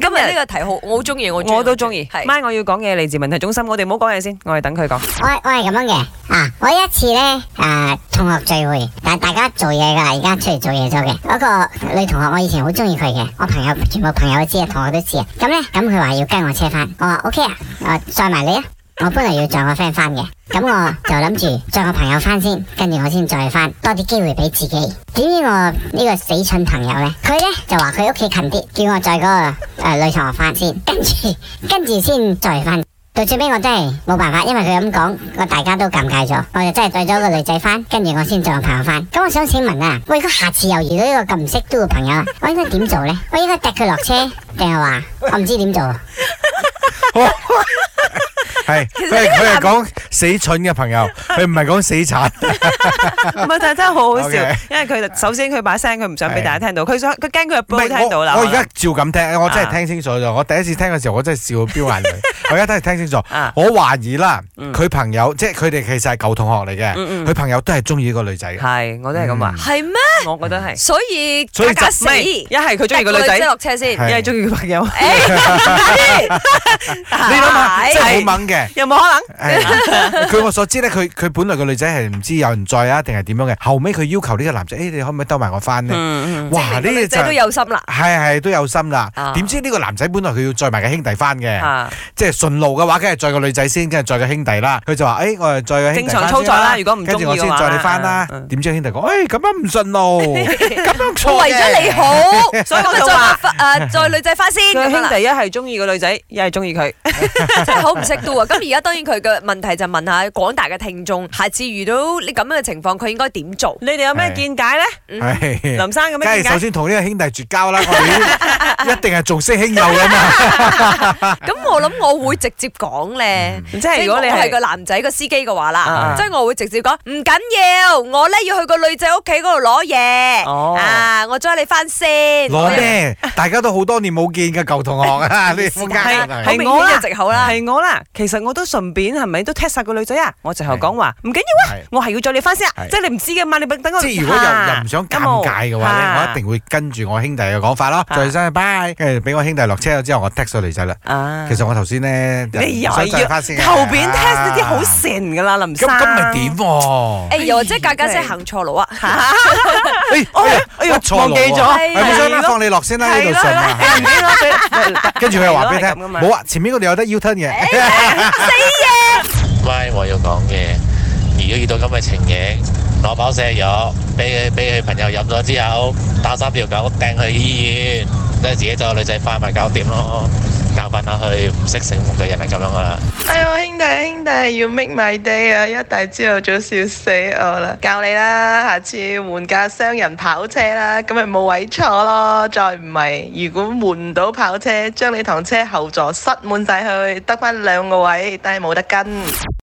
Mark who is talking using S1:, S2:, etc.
S1: 日
S2: 呢個題好，我好中意，我
S1: 我都中意。
S2: 係
S1: 咪我要講嘢嚟自問題中心，我哋唔好講嘢先，我哋等佢 講。
S3: 我我係咁樣嘅啊！我有一次呢，啊同學聚會，但係大家做嘢噶啦，而家出嚟做嘢咗嘅。嗰、個女同學，我以前好中意佢嘅，我朋友全部朋友都知啊，同學都知啊。咁呢，咁佢話要跟我車翻，我話 OK 啊，啊載埋你啊。我本來要載我 friend 翻嘅，咁我就諗住載我朋友翻先，跟住我先再翻，多啲機會俾自己。點知我呢個死蠢朋友呢，佢呢就話佢屋企近啲，叫我載嗰、個呃女同學翻先，跟住跟住先載翻。到最尾我真係冇辦法，因為佢咁講，我大家都尷尬咗，我就真係對咗個女仔翻，跟住我先再朋友翻。咁我想請問啊，喂，如果下次又遇到呢個咁唔識 do 嘅朋友啊，我應該點做呢？我應該踢佢落車，定係話我唔知點做啊？
S4: 係，佢係-佢係講死蠢嘅朋友，佢唔係講死賊。
S1: 唔係，但係真係好好笑，
S4: Okay
S1: 因為佢就首先佢把聲佢唔想俾
S4: 係
S1: 大家聽到，佢想佢驚佢阿 Bro
S4: 唔係，我-
S1: 聽到啦。可能
S4: 我而家照咁聽，我真係
S1: 啊。
S4: 聽清楚咗，我第一次聽嘅時候，我真係笑到飆眼淚。我而家真係聽清楚，
S1: 啊。
S4: 我懷疑啦，佢朋友，即係佢哋其實係舊同學嚟嘅，
S1: 嗯
S4: 佢朋友都係鍾意呢個女仔嘅。
S1: 係，我都係咁話，
S2: 係咩？
S1: 我覺得係。
S2: 所以
S4: 所以
S2: 假假
S4: 就
S2: 死，
S1: 咪一係佢中意個女仔，
S2: 即
S1: 一
S2: 落車先。哎
S4: 係
S1: 係中意個朋友，
S4: 你諗下，
S2: 係。
S4: 真係好猛嘅。
S1: 有冇可能？
S4: 係據我所知咧，佢佢本來個女仔係唔知有人在啊，定係點樣嘅。後尾佢要求呢個男仔，誒、你可唔可以兜埋我翻
S1: 嗯
S4: 呢？哇！呢
S2: 個女
S4: 啲就
S2: 仔都
S4: 係
S2: 有心啦。
S4: 係都有心啦
S2: 啊。
S4: 點知呢個男仔本來佢要載埋個兄弟翻嘅，
S1: 啊，
S4: 即係順路嘅話，梗係載個女仔先，跟住載個兄弟啦。佢就話：誒，我係載個兄弟
S1: 正
S4: 返先
S1: 常操作啦。如果唔
S4: 跟
S1: 中意
S4: 住我先
S1: 嘅話
S4: 載你翻啦
S1: 嗯。
S4: 點知個兄弟講：誒，咁樣唔順 路，咁樣錯
S2: 我為咗你好，啊
S1: 所以我就
S2: 再
S1: 話
S2: 誒再女仔翻先咁
S1: 佢
S2: 樣
S1: 兄
S2: 啦，
S1: 弟一係中意個女仔，一係中 意佢。
S2: 真係好唔識 do 啊！咁而家當然佢嘅問題就問下廣大嘅聽眾，下次遇到你咁樣嘅情況，佢應該點做？
S1: 你哋有咩
S4: 係
S1: 見解咧？
S4: 係
S1: 林生有
S4: 梗
S1: 咩
S4: 係
S1: 見解
S4: 首？先同呢個兄弟絕交啦！我 哋一定係重色輕友噶嘛。
S2: 咁我諗我會直接講咧。
S1: 即 係如果你
S2: 係
S1: 係
S2: 個男仔個司機嘅話啦
S1: 啊，
S2: 即係我會直接講唔緊要，我咧要去個女仔屋企嗰度攞嘢，
S1: 哦
S2: 啊，我載你翻先。
S4: 攞？咩？大家都好多年冇見嘅舊同學 啊，呢副家
S1: 係
S4: 人
S1: 係
S4: 係
S2: 係
S1: 我
S2: 我
S1: 啦
S2: 嘅藉口啦。
S1: 係我啦，其實我都順便係咪都 test 晒個女仔啊？我直頭講話唔緊要啊
S4: 係，
S1: 我係要載你翻先啊，
S4: 係
S1: 即係你唔知嘅嘛，你等我
S4: 即係如果又
S1: 啊
S4: 又唔想尷尬嘅話
S1: 啊
S4: 咧，我一定會跟住我兄弟嘅講法咯。
S1: 啊
S4: 再生拜，跟住俾我兄弟落車咗之後，我 text 咗女仔啦。
S1: 啊
S4: 其實我頭先咧，
S1: 你又
S4: 唔想
S1: 係
S4: 再翻先嘅啊
S1: 要後邊 test 呢啲好
S4: 咁
S1: 成噶啦，林生。
S4: 咁咪點喎？
S2: 誒，又或者格格哎真係行錯路啊！
S1: 哎
S4: 哎
S1: 呀
S4: 哎
S1: 哎呀
S4: 呀，錯
S1: 忘記咗
S4: 係
S2: 係
S4: 冇想啦，
S1: 咯
S4: 放你落先啦，呢度
S1: 係咯
S4: 順啊。係
S1: 係咯
S4: 跟住佢又話俾
S1: 係
S4: 你
S1: 咯係咁哎
S4: 聽，
S1: 㗎嘛
S4: 冇啊，前面嗰度有得 U turn 嘅。
S5: 咪我要講嘅，如果遇到咁嘅情形，攞包瀉藥俾佢俾佢朋友飲咗之後，打三條狗掟去醫院，跟住自己走個女仔翻咪搞掂咯，教訓下佢唔識醒目嘅人係咁樣啊噶啦。
S6: 哎呦，兄弟兄弟要 make my day 啊！一大朝頭早笑死我啦！教你啦，下次換架雙人跑車啦，咁咪冇位坐咯。再唔係，如果換唔到跑車，將你堂車後座塞滿晒去，得翻兩個位，但係冇得跟。